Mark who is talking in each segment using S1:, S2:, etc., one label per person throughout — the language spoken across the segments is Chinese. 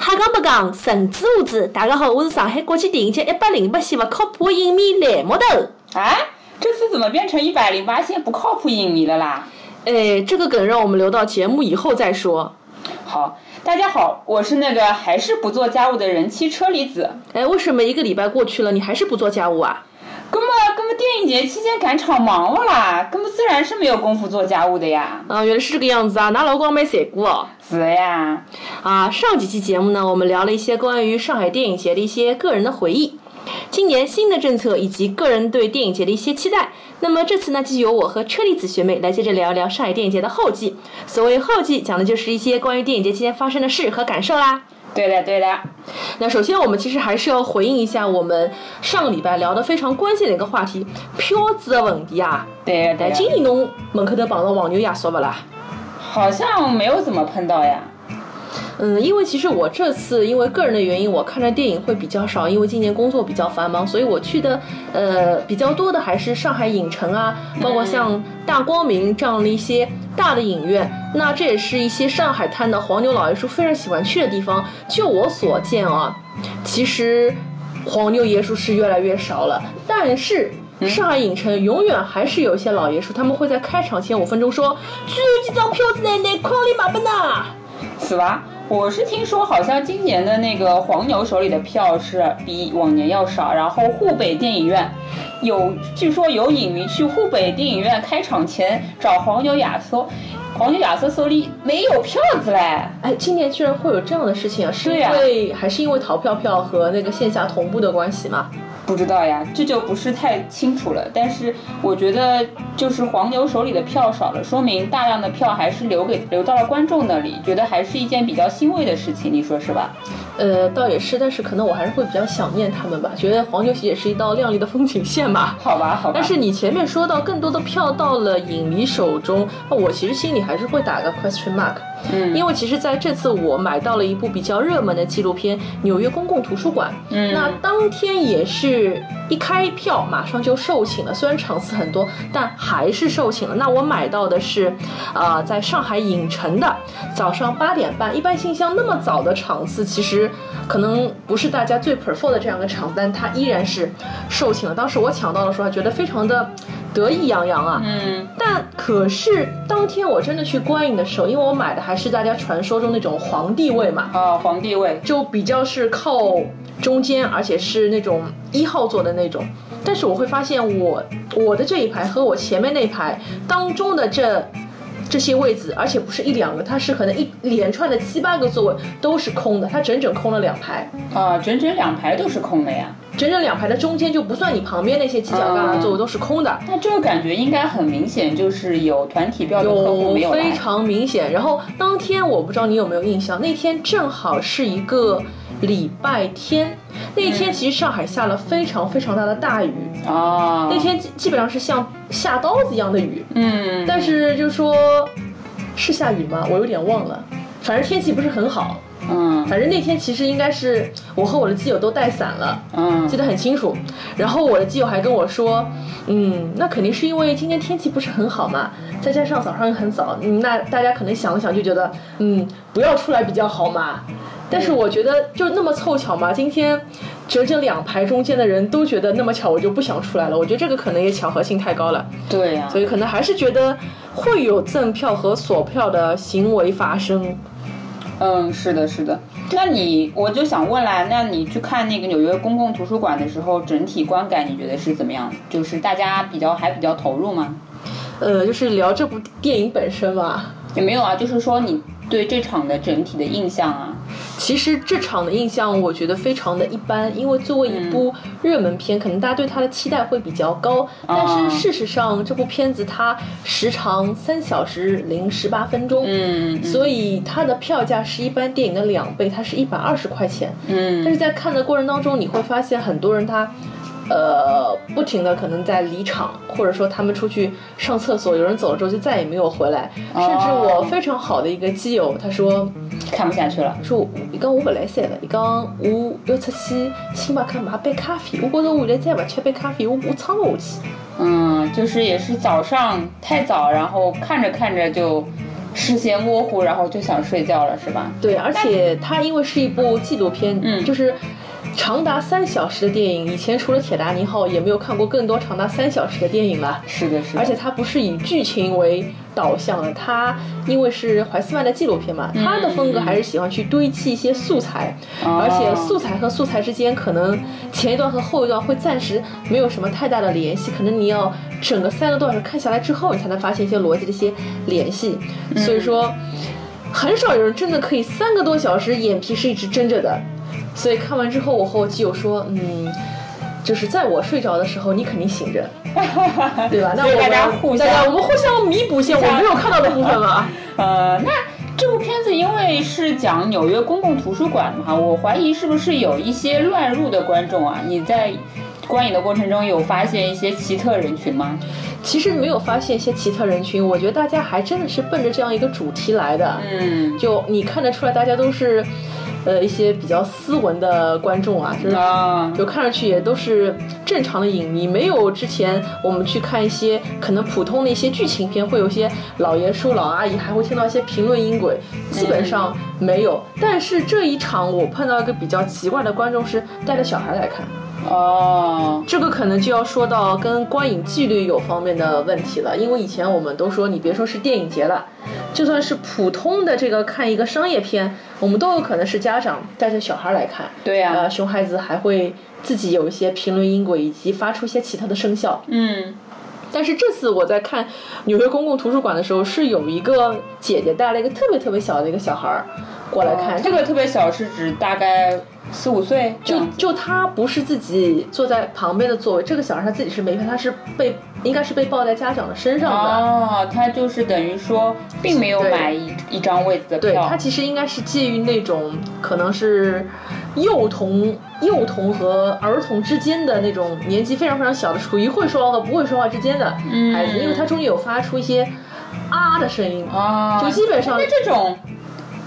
S1: 瞎讲不讲，神之无知。大家好，我是上海国际电影节一百零八线勿靠谱影迷蓝木头。
S2: 啊，这次怎么变成一百零八线不靠谱影迷了啦？
S1: 哎，这个梗让我们留到节目以后再说。
S2: 好，大家好，我是那个还是不做家务的人妻车厘子。
S1: 哎，为什么一个礼拜过去了，你还是不做家务啊？
S2: 那么，那么电影节期间赶场忙了啦，那么自然是没有功夫做家务的呀。
S1: 啊，原来是这个样子啊！哪老光没晒过哦。
S2: 是呀，
S1: 啊，上几期节目呢，我们聊了一些关于上海电影节的一些个人的回忆，今年新的政策以及个人对电影节的一些期待。那么这次呢，就由我和车厘子学妹来接着聊一聊上海电影节的后记。所谓后记，讲的就是一些关于电影节期间发生的事和感受啦。
S2: 对的对的，
S1: 那首先，我们其实还是要回应一下我们上个礼拜聊的非常关键的一个话题——票子的问题啊。
S2: 对的对
S1: 哎，今
S2: 的，
S1: 年侬门口头碰到黄牛爷说不啦？
S2: 好像没有怎么碰到呀。
S1: 嗯，因为其实我这次因为个人的原因，我看的电影会比较少，因为今年工作比较繁忙，所以我去的呃比较多的还是上海影城啊，包括像大光明这样的一些大的影院。那这也是一些上海滩的黄牛老爷叔非常喜欢去的地方。就我所见啊，其实黄牛爷叔是越来越少了，但是。上海影城永远还是有一些老爷叔，他们会在开场前五分钟说：“最后几张票子呢，拿筐里买不呢？”
S2: 是吧？我是听说，好像今年的那个黄牛手里的票是比往年要少，然后沪北电影院有，据说有影迷去沪北电影院开场前找黄牛亚搜，黄牛亚搜手里没有票子嘞。
S1: 哎，今年居然会有这样的事情啊？是
S2: 对
S1: 因
S2: 呀
S1: 为、还是因为淘票票和那个线下同步的关系嘛？
S2: 不知道呀，这就不是太清楚了。但是我觉得，就是黄牛手里的票少了，说明大量的票还是留给留到了观众那里，觉得还是一件比较欣慰的事情，你说是吧？
S1: 呃，倒也是，但是可能我还是会比较想念他们吧，觉得黄牛席也是一道亮丽的风景线嘛。
S2: 好吧，好吧。
S1: 但是你前面说到更多的票到了影迷手中，那我其实心里还是会打个 question mark，
S2: 嗯，
S1: 因为其实在这次我买到了一部比较热门的纪录片《纽约公共图书馆》，
S2: 嗯
S1: 那当天也是一开票马上就售罄了，虽然场次很多，但还是售罄了。那我买到的是，呃，在上海影城的早上八点半，一般性像那么早的场次，其实可能不是大家最 prefer 的这样一个场次，但它依然是售罄了。当时我抢到的时候，还觉得非常的呃得意洋洋啊。
S2: 嗯
S1: 但可是当天我真的去观影的时候，因为我买的还是大家传说中那种皇帝位嘛，
S2: 啊，皇帝位，
S1: 就比较是靠中间，而且是那种一号座的那种。但是我会发现我，我的这一排和我前面那排当中的这这些位置，而且不是一两个，它是可能一连串的七八个座位都是空的，它整整空了两排，
S2: 啊，整整两排都是空的呀。
S1: 整整两排的中间就不算你旁边那些犄角旮旯座位都是空的。
S2: 那这个感觉应该很明显，就是有团体票的客户没有来
S1: 非。常明显。然后当天我不知道你有没有印象，那天正好是一个礼拜天，那天
S2: 嗯
S1: 其实上海下了非常非常大的大雨，
S2: 啊，
S1: 那天基基本上是像下刀子一样的雨，
S2: 嗯，
S1: 但是就说是下雨吗？我有点忘了。反正天气不是很好，
S2: 嗯
S1: 反正那天其实应该是我和我的基友都带伞了，
S2: 嗯
S1: 记得很清楚。然后我的基友还跟我说，嗯，那肯定是因为今天天气不是很好嘛，再加上早上又很早，嗯，那大家可能想了想就觉得，嗯，不要出来比较好嘛。但是我觉得就那么凑巧嘛，今天整整两排中间的人都觉得那么巧，我就不想出来了。我觉得这个可能也巧合性太高了，
S2: 对呀、
S1: 所以可能还是觉得会有赠票和索票的行为发生。
S2: 嗯，是的，是的。那你我就想问啦，那你去看那个纽约公共图书馆的时候，整体观感你觉得是怎么样的？就是大家比较还比较投入吗？
S1: 呃，就是聊这部电影本身嘛。
S2: 也没有啊，就是说你对这场的整体的印象啊。
S1: 其实这场的印象我觉得非常的一般，因为作为
S2: 嗯
S1: 一部热门片，可能大家对它的期待会比较高，
S2: 啊
S1: 但是事实上这部片子它时长三小时零十八分钟。
S2: 嗯嗯
S1: 所以它的票价是一般电影的两倍，它是一百二十块钱。但
S2: 嗯
S1: 是在看的过程当中，你会发现很多人他，呃，不停的可能在离场，或者说他们出去上厕所，有人走了之后就再也没有回来。甚至
S2: 哦
S1: 我非常好的一个基友，他说，
S2: 看不下去了。
S1: 说伊讲我勿来三了，伊讲我要出去星巴克买杯咖啡，我觉着我现在再勿吃杯咖啡，我我撑勿下去。
S2: 嗯，就是也是早上太早，然后看着看着就视线模糊，然后就想睡觉了，是吧？
S1: 对，而且它因为是一部纪录片，
S2: 嗯
S1: 就是长达三小时的电影，以前除了《铁达尼号》，也没有看过更多长达三小时的电影了。
S2: 是的，是的。
S1: 而且它不是以剧情为导向的，它因为是怀斯曼的纪录片嘛，他的风格还是喜欢去堆砌一些素材，
S2: 哦
S1: 而且素材和素材之间可能前一段和后一段会暂时没有什么太大的联系，可能你要整个三个多小时看下来之后，你才能发现一些逻辑的一些联系，所以说。很少有人真的可以三个多小时眼皮是一直睁着的，所以看完之后，我和我基友说，嗯，就是在我睡着的时候，你肯定醒 着，对吧？那
S2: 所以
S1: 我
S2: 大
S1: 们
S2: 家互相
S1: 大家我们互相弥补一些我没有看到的部分啊吧。
S2: 呃，那这部片子因为是讲纽约公共图书馆嘛，我怀疑是不是有一些乱入的观众啊？你在观影的过程中有发现一些奇特人群吗？
S1: 其实没有发现一些奇特人群，我觉得大家还真的是奔着这样一个主题来的。
S2: 嗯，
S1: 就你看得出来，大家都是，呃，一些比较斯文的观众啊，就是
S2: 啊，
S1: 就看上去也都是正常的影迷，没有之前我们去看一些可能普通的一些剧情片，会有一些老爷叔、老阿姨，还会听到一些评论音轨，基本上没有。但是这一场我碰到一个比较奇怪的观众是带着小孩来看，
S2: 哦，
S1: 这个可能就要说到跟观影纪律有方面的问题了，因为以前我们都说，你别说是电影节了，就算是普通的这个看一个商业片，我们都有可能是家长带着小孩来看。
S2: 对呀、
S1: 呃，熊孩子还会自己有一些评论音轨，以及发出一些其他的声效。
S2: 嗯，
S1: 但是这次我在看纽约公共图书馆的时候，是有一个姐姐带了一个特别特别小的一个小孩儿过来看，
S2: 这个特别小是指大概四五岁哦这
S1: 就
S2: 样子，
S1: 就他不是自己坐在旁边的座位，这个小孩他自己是没看，他是被应该是被抱在家长的身上的。
S2: 哦，他就是等于说并没有
S1: 对
S2: 买一一张位子的
S1: 对，
S2: 票
S1: 它，其实应该是介于那种可能是幼童、幼童和儿童之间的那种年纪非常非常小的，处于会说话和不会说话之间的
S2: 嗯
S1: 孩子，因为它中间有发出一些啊的声音，
S2: 啊，
S1: 就基本上
S2: 那这种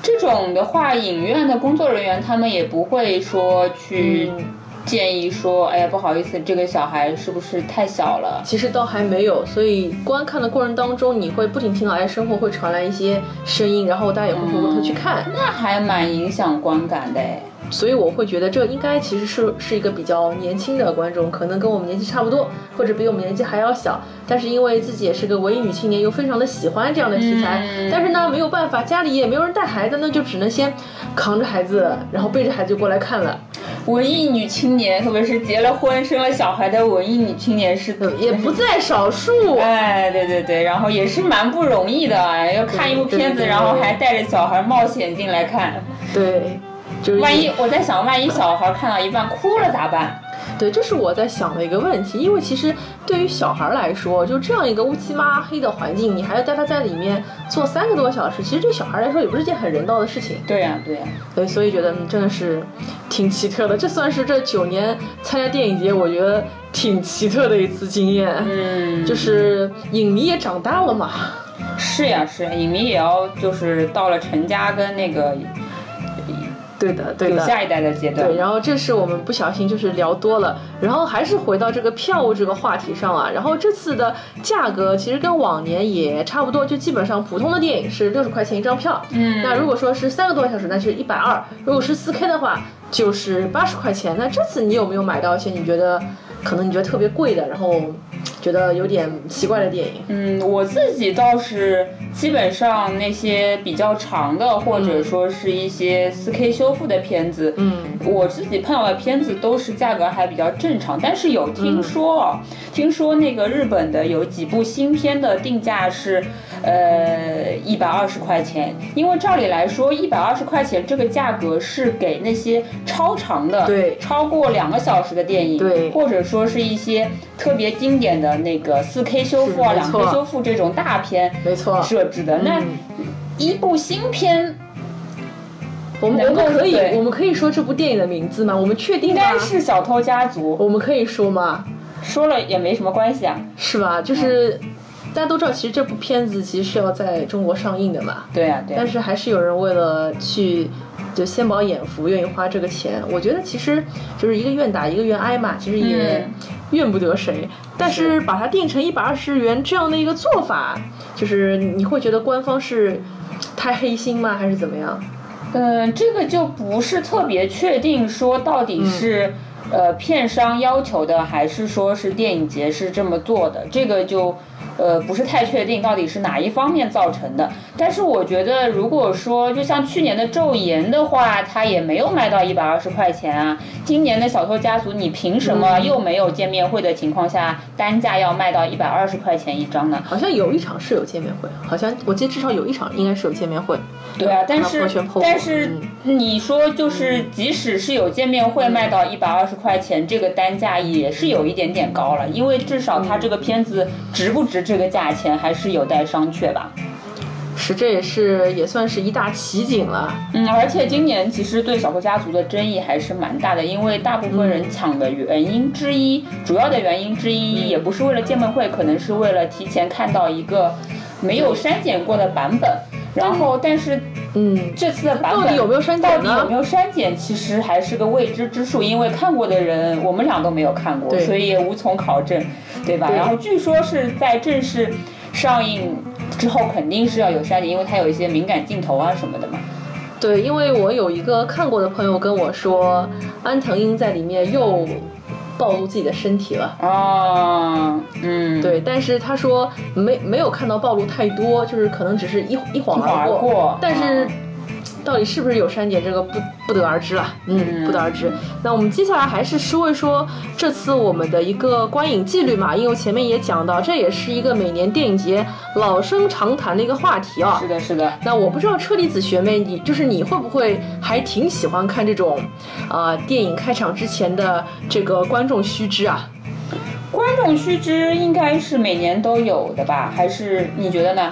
S2: 这种的话，影院的工作人员他们也不会说去
S1: 嗯
S2: 建议说，哎呀，不好意思，这个小孩是不是太小了？
S1: 其实倒还没有，所以观看的过程当中，你会不停听到哎身后会传来一些声音，然后大家也会回过头去看，
S2: 那还蛮影响观感的哎。
S1: 所以我会觉得这应该其实是是一个比较年轻的观众，可能跟我们年纪差不多，或者比我们年纪还要小，但是因为自己也是个文艺女青年，又非常的喜欢这样的题材，
S2: 嗯
S1: 但是呢没有办法，家里也没有人带孩子，那就只能先扛着孩子，然后背着孩子就过来看了，
S2: 文艺女青年，特别是结了婚、生了小孩的文艺女青年是，
S1: 嗯也不在少数。
S2: 哎，对对对，然后也是蛮不容易的哎，要看一部
S1: 对对
S2: 片子，
S1: 对
S2: 然后还带着小孩冒险进来看，
S1: 对，就是
S2: 万一我在想，万一小孩看到一半哭了咋办？
S1: 对，这是我在想的一个问题，因为其实对于小孩儿来说，就这样一个乌漆嘛黑的环境，你还要带他在里面坐三个多小时，其实对小孩儿来说也不是件很人道的事情。
S2: 对呀、对呀、
S1: 对，所以觉得嗯真的是挺奇特的，这算是这九年参加电影节，我觉得挺奇特的一次经验。
S2: 嗯，
S1: 就是影迷也长大了嘛，
S2: 是呀、是呀、影迷也要就是到了成家跟那个
S1: 对的，对
S2: 有
S1: 的。
S2: 下一代的阶段
S1: 对，。然后这是我们不小心就是聊多了，然后还是回到这个票务这个话题上啊。然后这次的价格其实跟往年也差不多，就基本上普通的电影是六十块钱一张票，
S2: 嗯
S1: 那如果说是三个多小时，那是一百二；如果是四 K 的话，就是八十块钱。那这次你有没有买到一些你觉得可能你觉得特别贵的，然后觉得有点奇怪的电影？
S2: 嗯，我自己倒是基本上那些比较长的，或者说是一些4 K 修复的片子，
S1: 嗯，
S2: 我自己碰到的片子都是价格还比较正常，但是有
S1: 嗯
S2: 听说哦，听说那个日本的有几部新片的定价是，呃，一百二十块钱，因为照理来说，一百二十块钱这个价格是给那些超长的，
S1: 对
S2: 超过两个小时的电影，
S1: 对
S2: 或者说是一些特别经典的那个四 K 修复啊、
S1: 是没
S2: 两
S1: 错
S2: K 修复这种大片
S1: 没错。
S2: 设置的。那
S1: 嗯
S2: 一部新片
S1: 我们我
S2: 能够
S1: 们可以
S2: 对
S1: 我们可以说这部电影的名字吗？我们确定
S2: 应
S1: 吗？
S2: 该是《小偷家族》。
S1: 我们可以说吗？
S2: 说了也没什么关系啊。
S1: 是吧？就是、
S2: 嗯
S1: 大家都知道，其实这部片子其实是要在中国上映的嘛，
S2: 对啊呀、对呀、
S1: 但是还是有人为了去就先饱眼福，愿意花这个钱。我觉得其实就是一个愿打一个愿挨嘛，其实也
S2: 嗯
S1: 怨不得谁。但是把它定成一百二十元这样的一个做法，就是你会觉得官方是太黑心吗？还是怎么样？
S2: 嗯，这个就不是特别确定，说到底是、呃片商要求的，还是说是电影节是这么做的，这个就呃不是太确定到底是哪一方面造成的。但是我觉得，如果说就像去年的《昼颜》的话，它也没有卖到一百二十块钱啊。今年的《小偷家族》，你凭什么又没有见面会的情况下，单价要卖到一百二十块钱一张呢？
S1: 好像有一场是有见面会，好像我记得至少有一场应该是有见面会。
S2: 对啊，但
S1: 他
S2: 是
S1: 完全破
S2: 但
S1: 过
S2: 是
S1: 嗯
S2: 你说就是，即使是有见面会卖到一百二十块钱，这个单价也是有一点点高了，因为至少它这
S1: 嗯
S2: 个片子值不值这个价钱，还是有待商榷吧。
S1: 是，这也是也算是一大奇景了。
S2: 嗯，而且今年其实对《小偷家族》的争议还是蛮大的，因为大部分
S1: 嗯
S2: 人抢的原因之一，主要的原因之一也不是为了见面会，可能是为了提前看到一个没有删减过的版本。然后，但是
S1: 嗯，
S2: 这次的版本
S1: 到底有没有删
S2: 到
S1: 减
S2: 底有
S1: 呢
S2: 没？有删减，其实还是个未知之数，因为看过的人我们俩都没有看过，
S1: 对
S2: 所以也无从考证，对吧？
S1: 对
S2: 然后据说是在正式上映之后，肯定是要有删减，因为它有一些敏感镜头啊什么的嘛。
S1: 对，因为我有一个看过的朋友跟我说，安藤英在里面又暴露自己的身体了。
S2: 啊，嗯，，
S1: 对，但是他说没没有看到暴露太多，就是可能只是一一晃
S2: 一晃而
S1: 而
S2: 过
S1: 但是
S2: 啊
S1: 到底是不是有删减，这个不不得而知了，嗯，
S2: 嗯
S1: 不得而知。那我们接下来还是说一说这次我们的一个观影纪律嘛，因为前面也讲到，这也是一个每年电影节老生常谈的一个话题啊
S2: 是。的，是的。
S1: 那我不知道车厘子学妹，你就是你会不会还挺喜欢看这种，啊、电影开场之前的这个观众须知啊？
S2: 观众须知应该是每年都有的吧？还是你觉得呢？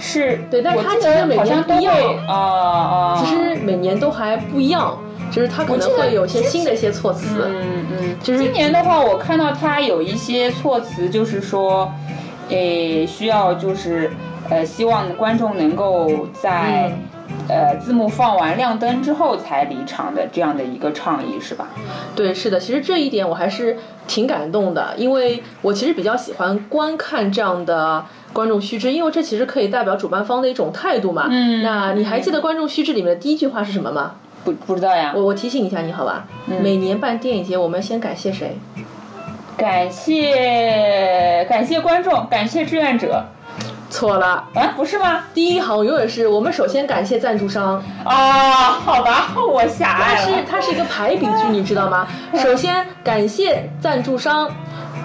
S2: 是，
S1: 对但是
S2: 我
S1: 它
S2: 记
S1: 其实每
S2: 得好
S1: 年
S2: 像
S1: 不
S2: 都
S1: 一样
S2: 会啊啊，
S1: 其实每年都还不一样，就是它可能会有一些新的一些措辞。
S2: 嗯嗯，
S1: 就是
S2: 今年的话，我看到它有一些措辞，就是说，诶，需要就是呃，希望观众能够在、
S1: 嗯
S2: 呃字幕放完亮灯之后才离场的这样的一个倡议，是吧？
S1: 对，是的，其实这一点我还是挺感动的，因为我其实比较喜欢观看这样的观众须知，因为这其实可以代表主办方的一种态度嘛。
S2: 嗯
S1: 那你还记得观众须知里面的第一句话是什么吗？
S2: 不不知道呀
S1: 我。我提醒一下你好吧，
S2: 嗯
S1: 每年办电影节，我们先感谢谁？
S2: 感谢感谢观众，感谢志愿者
S1: 错了，
S2: 啊，不是吗？
S1: 第一行永远是我们首先感谢赞助商，
S2: 啊，好吧， 我狭隘
S1: 它
S2: 了。
S1: 是它是一个排比
S2: 哎
S1: 句，你知道吗？首先感谢赞助商，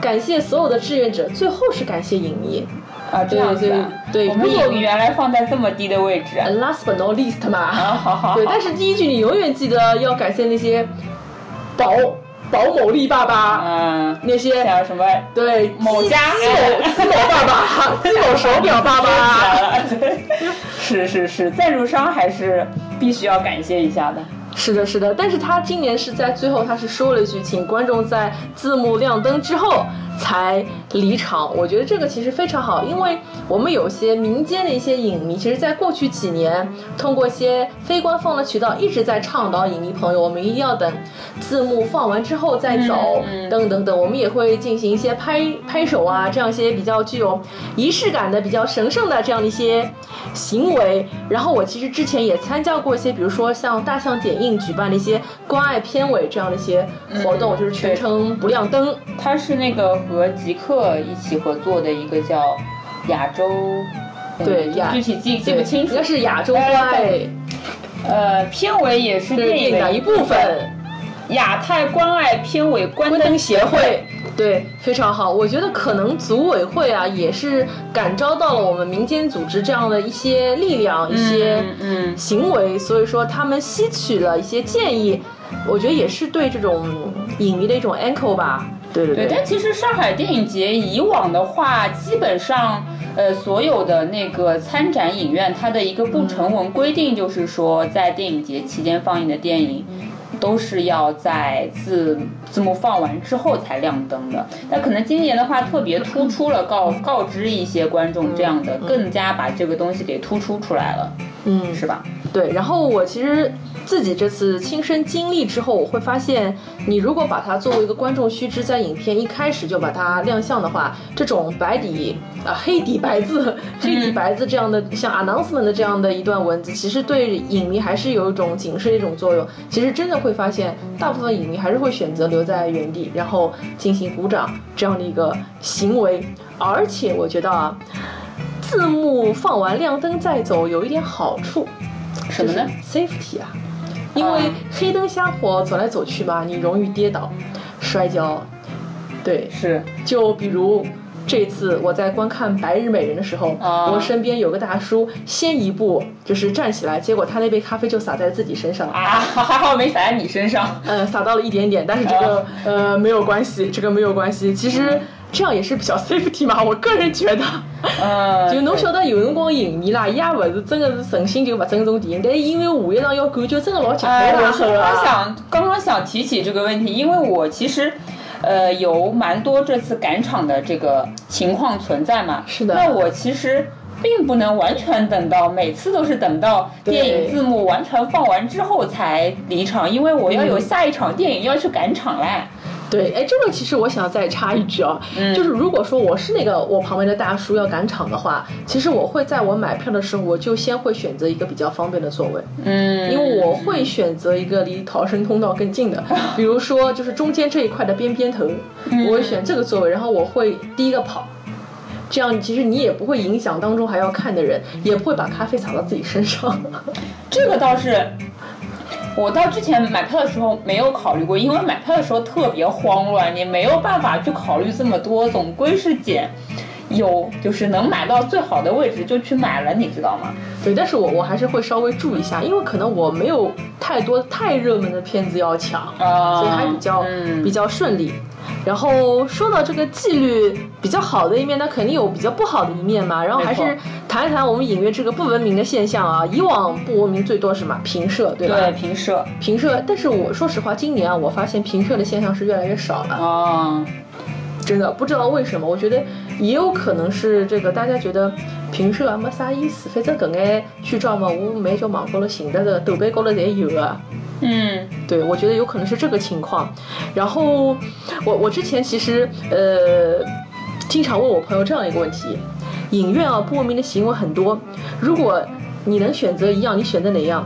S1: 感谢所有的志愿者，最后是感谢影迷。
S2: 啊，这样子啊，
S1: 对对对
S2: 我们
S1: 如果
S2: 英语原来放在这么低的位置啊。
S1: And last but not least
S2: 啊，
S1: 嘛，
S2: 好好好。
S1: 对。但是第一句你永远记得要感谢那些保保某利爸爸，
S2: 嗯，
S1: 那些
S2: 像什么
S1: 对
S2: 某
S1: 基
S2: 家
S1: 基某基某爸 爸，基某手表爸爸。
S2: 了，对， 是是是，赞助商还是必须要感谢一下的。
S1: 是的，是的，但是他今年是在最后，他是说了一句，请观众在字幕亮灯之后才离场。我觉得这个其实非常好，因为我们有些民间的一些影迷，其实在过去几年，通过一些非官方的渠道一直在倡导影迷朋友，我们一定要等字幕放完之后再走，
S2: 嗯嗯
S1: 等等等。我们也会进行一些拍拍手啊，这样一些比较具有仪式感的、比较神圣的这样的一些行为。然后我其实之前也参加过一些，比如说像大象点映举办的一些关爱片尾这样的一些活动，
S2: 嗯
S1: 就是全程不亮灯。
S2: 他是那个和极客一起合作的一个叫亚洲，嗯
S1: 对亚
S2: 具体记记不清
S1: 应
S2: 楚
S1: 该。是亚洲关爱
S2: 呃，片尾也是
S1: 电
S2: 电
S1: 影
S2: 影
S1: 的
S2: 的
S1: 一部分。
S2: 亚太关爱片尾关
S1: 关灯
S2: 灯
S1: 协会，对，非常好。我觉得可能组委会啊，也是感召到了我们民间组织这样的一些力量，一些
S2: 嗯嗯
S1: 行为，所以说他们吸取了一些建议，我觉得也是对这种影迷的一种 echo 吧。对对
S2: 对，但其实上海电影节以往的话，基本上呃所有的那个参展影院，它的一个不成文规定就是说，在电影节期间放映的电影。都是要在字字幕放完之后才亮灯的。那可能今年的话，特别突出了告告知一些观众这样的，更加把这个东西给突出出来了，
S1: 嗯，
S2: 是吧？
S1: 对，然后我其实自己这次亲身经历之后，我会发现，你如果把它作为一个观众须知，在影片一开始就把它亮相的话，这种白底啊、黑底白字、黑底白字这样的、 像 announcement 的这样的一段文字，其实对影迷还是有一种警示的一种作用。其实真的会发现，大部分影迷还是会选择留在原地，然后进行鼓掌这样的一个行为。而且我觉得啊，字幕放完亮灯再走有一点好处。
S2: 什么呢？哦
S1: ？safety 啊，因为黑灯瞎火走来走去嘛，你容易跌倒、摔跤。对，
S2: 是
S1: 就比如这次我在观看《白日美人》的时候，
S2: 啊
S1: 我身边有个大叔先一步就是站起来，结果他那杯咖啡就洒在自己身上了。
S2: 啊，还好没洒在你身上。
S1: 嗯，撒到了一点点，但是这
S2: 哦
S1: 个、呃没有关系，这个没有关系。其实这样也是比较 safety 嘛，我个人觉得。
S2: 嗯，
S1: 就侬
S2: 对
S1: 晓得，有辰光影迷啦，伊也勿是真个是存心就勿尊重电影，但是因为五一档要感觉真个老吃
S2: 哎，
S1: 亏啦，
S2: 我刚刚想刚刚想提起这个问题，因为我其实。呃，有蛮多这次赶场的这个情况存在嘛。
S1: 是的
S2: 那我其实并不能完全等到，每次都是等到
S1: 对
S2: 电影字幕完全放完之后才离场，因为我要有
S1: 嗯
S2: 下一场电影要去赶场嘞。
S1: 对，哎，这个其实我想再插一句啊，
S2: 嗯
S1: 就是如果说我是那个我旁边的大叔要赶场的话，其实我会在我买票的时候，我就先会选择一个比较方便的座位，
S2: 嗯，
S1: 因为我会选择一个离逃生通道更近的，比如说就是中间这一块的边边头，我会选这个座位，然后我会第一个跑。这样其实你也不会影响当中还要看的人，也不会把咖啡洒到自己身上。
S2: 这个倒是，我到之前买票的时候没有考虑过，因为买票的时候特别慌乱，你没有办法去考虑这么多，总归是捡有就是能买到最好的位置就去买了，你知道吗？
S1: 对，但是我我还是会稍微注意一下，因为可能我没有太多太热门的片子要抢，
S2: 啊
S1: 所以还比较、
S2: 嗯
S1: 比较顺利。然后说到这个纪律比较好的一面，那肯定有比较不好的一面嘛。然后还是
S2: 没错
S1: 谈一谈我们影院这个不文明的现象啊。以往不文明最多是什么？平射，对吧？
S2: 对，平射
S1: 平射。但是我说实话，今年啊，我发现平射的现象是越来越少了。
S2: 啊，
S1: 真的不知道为什么，我觉得也有可能是这个大家觉得平时也没啥意思，反正搿眼剧照嘛，我买小网高头寻得着，豆瓣高头侪有啊个。
S2: 嗯
S1: 对，我觉得有可能是这个情况。然后我我之前其实呃，经常问我朋友这样一个问题：影院啊，不文明的行为很多，如果你能选择一样，你选择哪样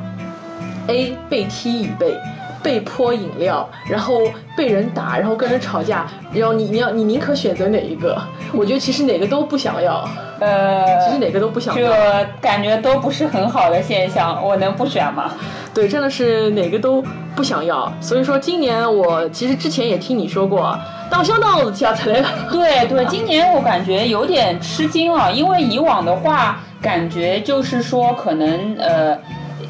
S1: ？A 被踢椅背。被泼饮料，然后被人打，然后跟人吵架，然后你你要你宁可选择哪一个？我觉得其实哪个都不想要，其实
S2: 呃，
S1: 哪个都不想要。
S2: 这感觉都不是很好的现象，我能不选吗？
S1: 对，真的是哪个都不想要。所以说，今年我其实之前也听你说过，当相当的体啊出来了。
S2: 对对，今年我感觉有点吃惊啊，因为以往的话，感觉就是说可能呃。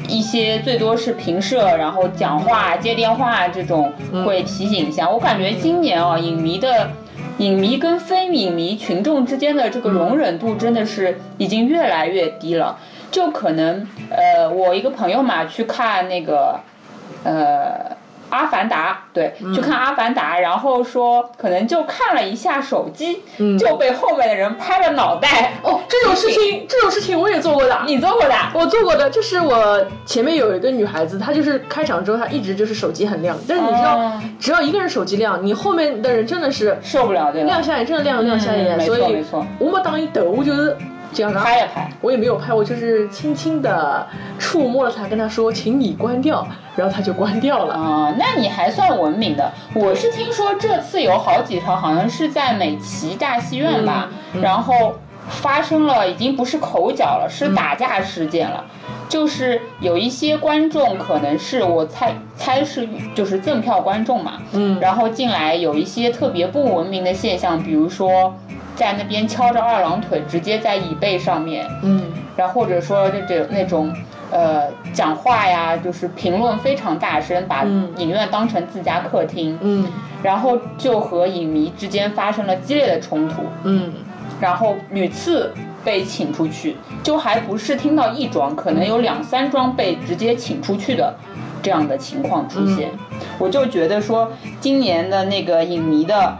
S2: 一些最多是平射，然后讲话、接电话这种会提醒一下。我感觉今年啊，影迷的影迷跟非影迷群众之间的这个容忍度真的是已经越来越低了。就可能呃，我一个朋友嘛，去看那个呃。阿凡达，对，
S1: 嗯
S2: 去看阿凡达，然后说可能就看了一下手机，
S1: 嗯
S2: 就被后面的人拍了脑袋。
S1: 哦，这种事情，哦这种事情我也做过的。
S2: 你做过的？
S1: 我做过的就是我前面有一个女孩子，她就是开场之后，她一直就是手机很亮，但是你知道，
S2: 哦
S1: 只要一个人手机亮，你后面的人真的是
S2: 受不了，对吧
S1: 亮？瞎眼，真的亮亮瞎眼。
S2: 嗯没错
S1: 所以
S2: 没错，
S1: 我没当一头，我就是这样的。
S2: 拍也拍，
S1: 我也没有拍，我就是轻轻的触摸了她，跟她说，请你关掉，然后她就关掉了。
S2: 啊、那你还算文明的。我是听说这次有好几场，好像是在美琪大戏院吧，
S1: 嗯嗯
S2: 然后发生了已经不是口角了，是
S1: 嗯
S2: 打架事件了。就是有一些观众可能是我猜猜是就是赠票观众嘛，
S1: 嗯，
S2: 然后进来有一些特别不文明的现象，比如说在那边敲着二郎腿，直接在椅背上面，
S1: 嗯。
S2: 然后或者说这这那种呃讲话呀，就是评论非常大声，把
S1: 嗯
S2: 影院当成自家客厅，
S1: 嗯
S2: 然后就和影迷之间发生了激烈的冲突，
S1: 嗯
S2: 然后屡次被请出去，就还不是听到一桩，可能有两三桩被直接请出去的这样的情况出现。我就觉得说，今年的那个影迷的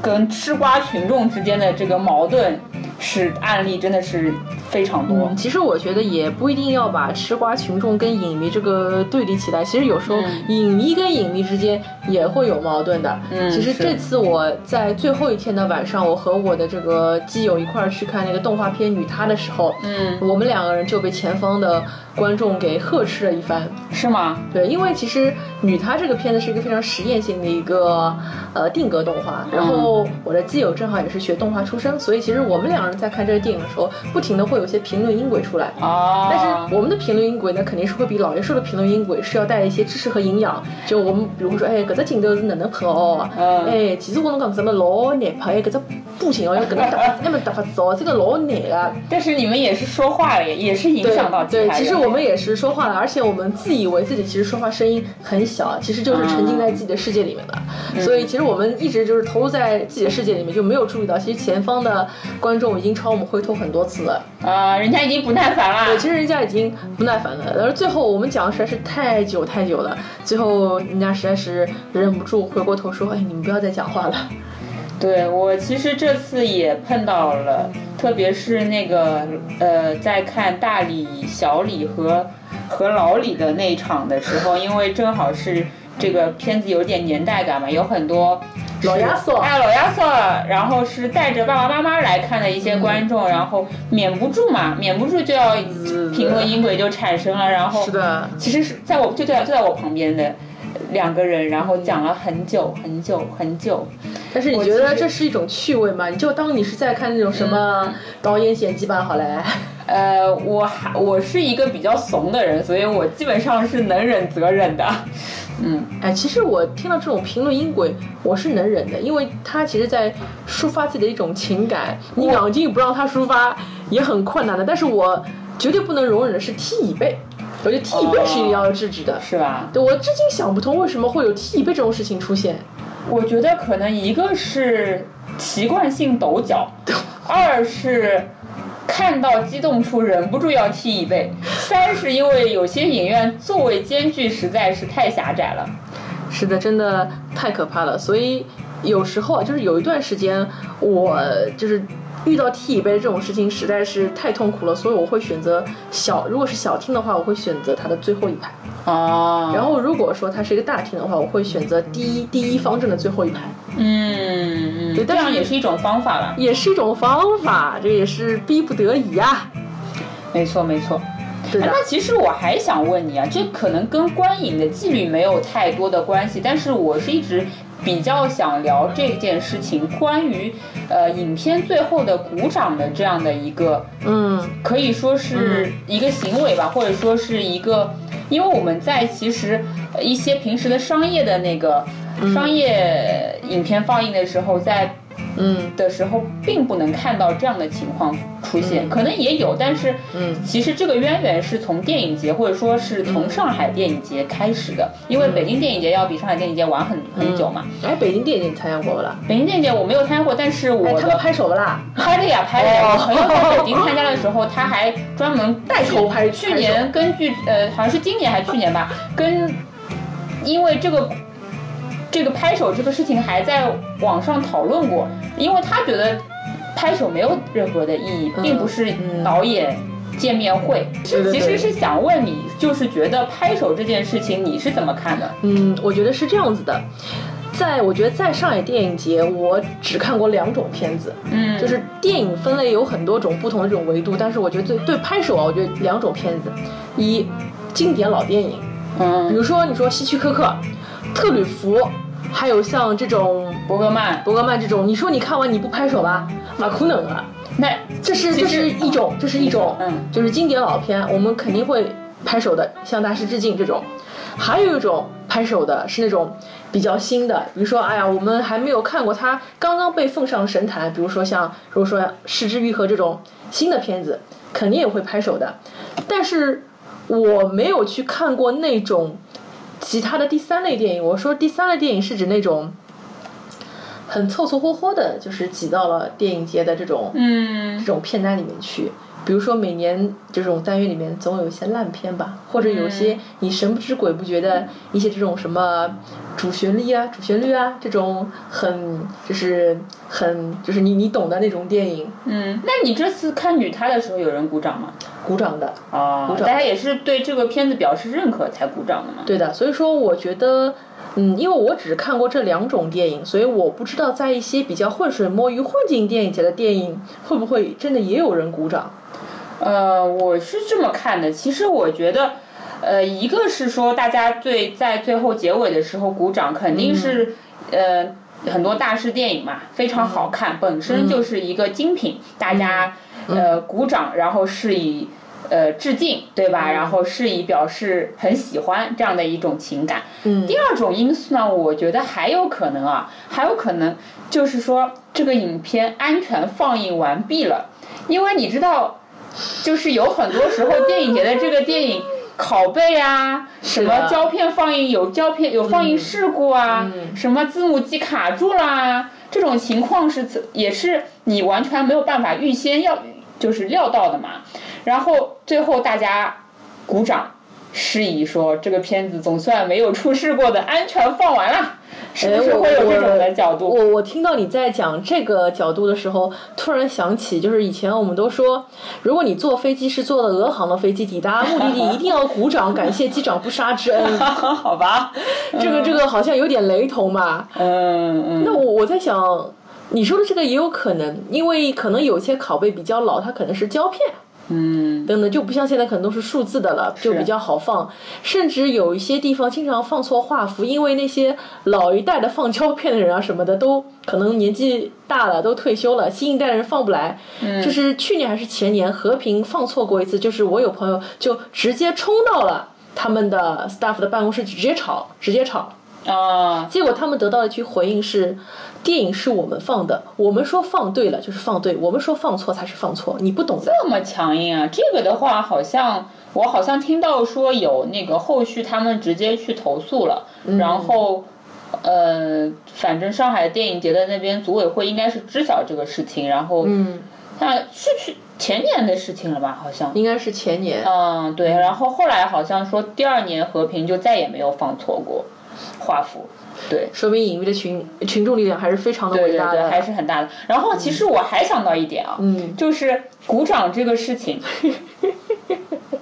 S2: 跟吃瓜群众之间的这个矛盾是案例真的是非常多。
S1: 其实我觉得也不一定要把吃瓜群众跟影迷这个对立起来，其实有时候
S2: 嗯
S1: 影迷跟影迷之间也会有矛盾的。
S2: 嗯
S1: 其实
S2: 是
S1: 这次我在最后一天的晚上，我和我的这个基友一块儿去看那个动画片《女她》的时候，
S2: 嗯，
S1: 我们两个人就被前方的观众给呵斥了一番。
S2: 是吗？
S1: 对，因为其实《女她》这个片子是一个非常实验性的一个呃定格动画，然后我的基友正好也是学动画出身，所以其实我们两人在看这个电影的时候，不停的会有一些评论音轨出来。
S2: 哦，
S1: 但是我们的评论音轨呢，肯定是会比老爷说的评论音轨是要带一些知识和营养。就我们比如说，哎，搿只镜头是哪能拍哦？
S2: 嗯
S1: 哎，其实我侬讲什么老难拍，哎，搿只步行哦，要搿能搭法，那么搭法子哦，这个老难的。
S2: 但是你们也是说话了，也也是影响到
S1: 对，
S2: 其他
S1: 其
S2: 人
S1: 实我们也是说话了，而且我们自以为自己其实说话声音很小，其实就是沉
S2: 啊
S1: 浸在自己的世界里面了。
S2: 嗯
S1: 所以其实我们一直就是投入在自己的世界里面，就没有注意到，其实前方的观众已经朝我们回头很多次了。
S2: 啊，人家已经不耐烦了。
S1: 对，其实人家已经不耐烦了，但是最后我们讲的实在是太久太久了，最后人家实在是忍不住回过头说：“哎，你们不要再讲话了。
S2: 对我其实这次也碰到了，特别是那个呃，在看大李、小李和和老李的那一场的时候，因为正好是这个片子有点年代感嘛，有很多是
S1: 老亚索
S2: 哎，老亚索，然后是带着爸爸妈妈来看的一些观
S1: 嗯
S2: 众，然后免不住嘛，免不住就要评论音轨就产生了，然”后
S1: 是的，
S2: 其实是在我就在就在我旁边的两个人，然后讲了很久很久很久。
S1: 但是你觉得这是一种趣味吗？你就当你是在看那种什么
S2: 嗯
S1: 导演剪辑版好了。
S2: 呃，我还我是一个比较怂的人，所以我基本上是能忍则忍的。嗯，
S1: 哎，其实我听到这种评论音轨，我是能忍的，因为他其实在抒发自己的一种情感，你
S2: 我
S1: 脑筋不让他抒发也很困难的。但是我绝对不能容忍的是踢椅背，我觉得踢椅背是一定要制止的。
S2: 是吧？
S1: 对，我至今想不通为什么会有踢椅背这种事情出现。
S2: 我觉得可能一个是习惯性抖脚，二是看到激动处忍不住要踢一背，三是因为有些影院座位间距实在是太狭窄了。
S1: 是的，真的太可怕了。所以有时候啊，就是有一段时间，我就是遇到踢椅背这种事情实在是太痛苦了，所以我会选择小，如果是小厅的话，我会选择它的最后一排。
S2: 哦
S1: 然后如果说它是一个大厅的话，我会选择第一第一方阵的最后一排，
S2: 嗯嗯，这样也是一种方法吧。
S1: 也是一种方法，这也是逼不得已啊。
S2: 没错没错。
S1: 对的
S2: 哎，那其实我还想问你啊，这可能跟观影的纪律没有太多的关系，但是我是一直比较想聊这件事情，关于呃影片最后的鼓掌的这样的一个，
S1: 嗯，
S2: 可以说是一个行为吧，或者说是一个，因为我们在其实呃一些平时的商业的那个商业影片放映的时候，在
S1: 嗯
S2: 的时候，并不能看到这样的情况出现，
S1: 嗯
S2: 可能也有，但是，
S1: 嗯
S2: 其实这个渊源是从电影节或者说是从上海电影节开始的，因
S1: 嗯
S2: 为北京电影节要比上海电影节晚很很久嘛。
S1: 哎，北京电影节你参加过不啦？
S2: 北京电影节我没有参加过，但是
S1: 哎，
S2: 我
S1: 他们
S2: 的
S1: 拍手不啦？
S2: 拍的呀拍的呀，
S1: 哦
S2: 我朋友在北京参加的时 候，他还专门
S1: 带头拍
S2: 去年根据呃，好像是今年还是去年吧，跟因为这个这个拍手这个事情还在网上讨论过，因为他觉得拍手没有任何的意义，
S1: 嗯
S2: 并不是
S1: 嗯
S2: 导演见面会。
S1: 对对
S2: 其实
S1: 对
S2: 是想问你，就是觉得拍手这件事情你是怎么看的？
S1: 嗯，我觉得是这样子的。在我觉得在上海电影节，我只看过两种片子，
S2: 嗯
S1: 就是电影分类有很多种不同的这种维度，但是我觉得对对拍手啊，我觉得两种片子，一经典老电影，比
S2: 嗯，
S1: 如说你说希区柯克、特吕弗，还有像这种
S2: 伯格曼，
S1: 伯格曼这种，你说你看完你不拍手吧，哪可能啊？
S2: 那
S1: 这是
S2: 其
S1: 这
S2: 实
S1: 是一种，这是一种，
S2: 嗯
S1: 就是经典老片，我们肯定会拍手的，向大师致敬这种。还有一种拍手的是那种比较新的，比如说，哎呀，我们还没有看过它，刚刚被奉上神坛，比如说像如果说《失之愈合》这种新的片子，肯定也会拍手的。但是我没有去看过那种其他的第三类电影。我说第三类电影是指那种。很凑凑合合的，就是挤到了电影节的这种
S2: 嗯
S1: 这种片单里面去。比如说每年这种单元里面总有一些烂片吧，或者有一些你神不知鬼不觉的一些这种什么主旋律啊、主旋律啊这种很就是很就是你你懂的那种电影，
S2: 嗯，那你这次看女她的时候有人鼓掌吗？
S1: 鼓掌的。
S2: 啊，
S1: 鼓
S2: 大
S1: 掌
S2: 家也是对这个片子表示认可才鼓掌的嘛。
S1: 对的，所以说我觉得，嗯，因为我只看过这两种电影，所以我不知道在一些比较浑水摸鱼、混进电影节的电影，会不会真的也有人鼓掌？
S2: 呃，我是这么看的。其实我觉得，呃，一个是说大家对在最后结尾的时候鼓掌，肯定是、呃很多大师电影嘛，非常好看，本身就是一个精品，大家、呃鼓掌，然后是以。呃，致敬，对吧？然后是以表示很喜欢这样的一种情感。
S1: 嗯
S2: 第二种因素呢，我觉得还有可能啊，还有可能就是说这个影片安全放映完毕了，因为你知道，就是有很多时候电影节的这个电影拷贝啊，什
S1: 的
S2: 么胶片放映有胶片有放映事故啊，什么字幕机卡住啦，这种情况是怎也是你完全没有办法预先要就是料到的嘛。然后最后大家鼓掌，示意说这个片子总算没有出事过的安全放完了，是不是
S1: 我
S2: 会有这种
S1: 我
S2: 的角度？
S1: 哎我我听到你在讲这个角度的时候，突然想起，就是以前我们都说，如果你坐飞机是坐的俄航的飞机，抵达目的地一定要鼓掌，感谢机长不杀之恩。
S2: 啊好吧，
S1: 这个这个好像有点雷同吧？
S2: 嗯嗯，
S1: 那我我在想，你说的这个也有可能，因为可能有些拷贝比较老，它可能是胶片。
S2: 嗯
S1: 等等，就不像现在可能都是数字的了，就比较好放。甚至有一些地方经常放错画幅，因为那些老一代的放胶片的人啊什么的，都可能年纪大了，都退休了，新一代人放不来。就是去年还是前年，和平放错过一次，就是我有朋友就直接冲到了他们的 staff 的办公室，直接吵，直接吵。
S2: 啊，
S1: 结果他们得到的一句回应是：电影是我们放的，我们说放对了就是放对，我们说放错才是放错，你不懂的。
S2: 这么强硬啊！这个的话，好像我好像听到说有那个后续他们直接去投诉了，
S1: 嗯
S2: 然后。呃，反正上海电影节的那边组委会应该是知晓这个事情，然后，嗯，那是去前年的事情了吧？好像，
S1: 应该是前年，
S2: 嗯，对，然后后来好像说第二年和平就再也没有放错过画幅，对，
S1: 说明隐喻的群群众力量还是非常的伟
S2: 对
S1: 大
S2: 对
S1: 的。
S2: 对，还是很大的。然后其实我还想到一点啊，
S1: 嗯
S2: 就是鼓掌这个事情，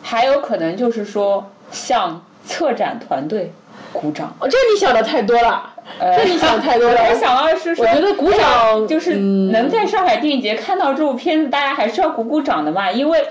S2: 还有可能就是说向策展团队鼓掌。
S1: 哦，这你想的太多了，
S2: 呃
S1: 这你想的太多 了。
S2: 我想到的是说，
S1: 我觉得鼓掌
S2: 哎呀就是
S1: 嗯
S2: 能在上海电影节看到这部片子，大家还是要鼓鼓掌的嘛，因为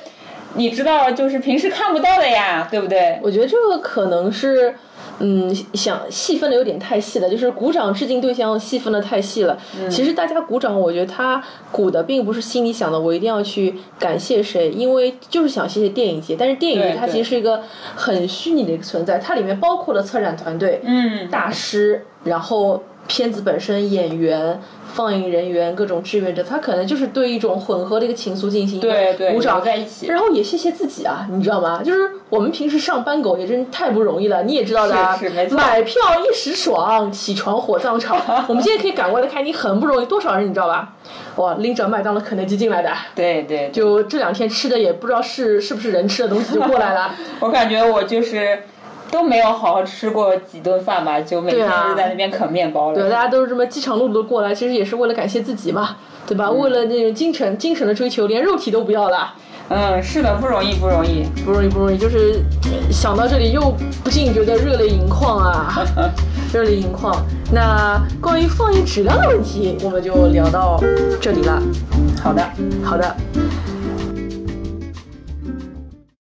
S2: 你知道，就是平时看不到的呀，对不对？
S1: 我觉得这个可能是，嗯，想细分的有点太细了，就是鼓掌致敬对象细分的太细了。
S2: 嗯
S1: 其实大家鼓掌，我觉得他鼓的并不是心里想的我一定要去感谢谁，因为就是想谢谢电影节。但是电影节
S2: 对
S1: 它
S2: 对
S1: 其实是一个很虚拟的一个存在，它里面包括了策展团队、
S2: 嗯，
S1: 大师，然后。片子本身、演员、放映人员、各种志愿者，他可能就是对一种混合的一个情愫进行一个
S2: 对对，
S1: 鼓掌
S2: 揉在一起。
S1: 然后也谢谢自己啊，你知道吗？就是我们平时上班狗也真太不容易了，你也知道的、啊，
S2: 是是没错
S1: 买票一时爽，起床火葬 场。我们今天可以赶过来看你，很不容易，多少人你知道吧？哇，拎着麦当劳、肯德基进来的，
S2: 对对，就
S1: 就这两天吃的也不知道是是不是人吃的东西就过来了。
S2: 我感觉我就是都没有好好吃过几顿饭吧，就每天
S1: 啊
S2: 就在那边啃面包了。
S1: 大家都是这么饥肠辘辘的过来，其实也是为了感谢自己嘛，对吧？为了那种精神精神的追求，连肉体都不要了。
S2: 嗯，是的，不容易，不容易。
S1: 不容易，不容易，就是呃想到这里又不禁觉得热泪盈眶啊，热泪盈眶。那关于放映质量的问题，我们就聊到这里了。
S2: 好的。
S1: 好的，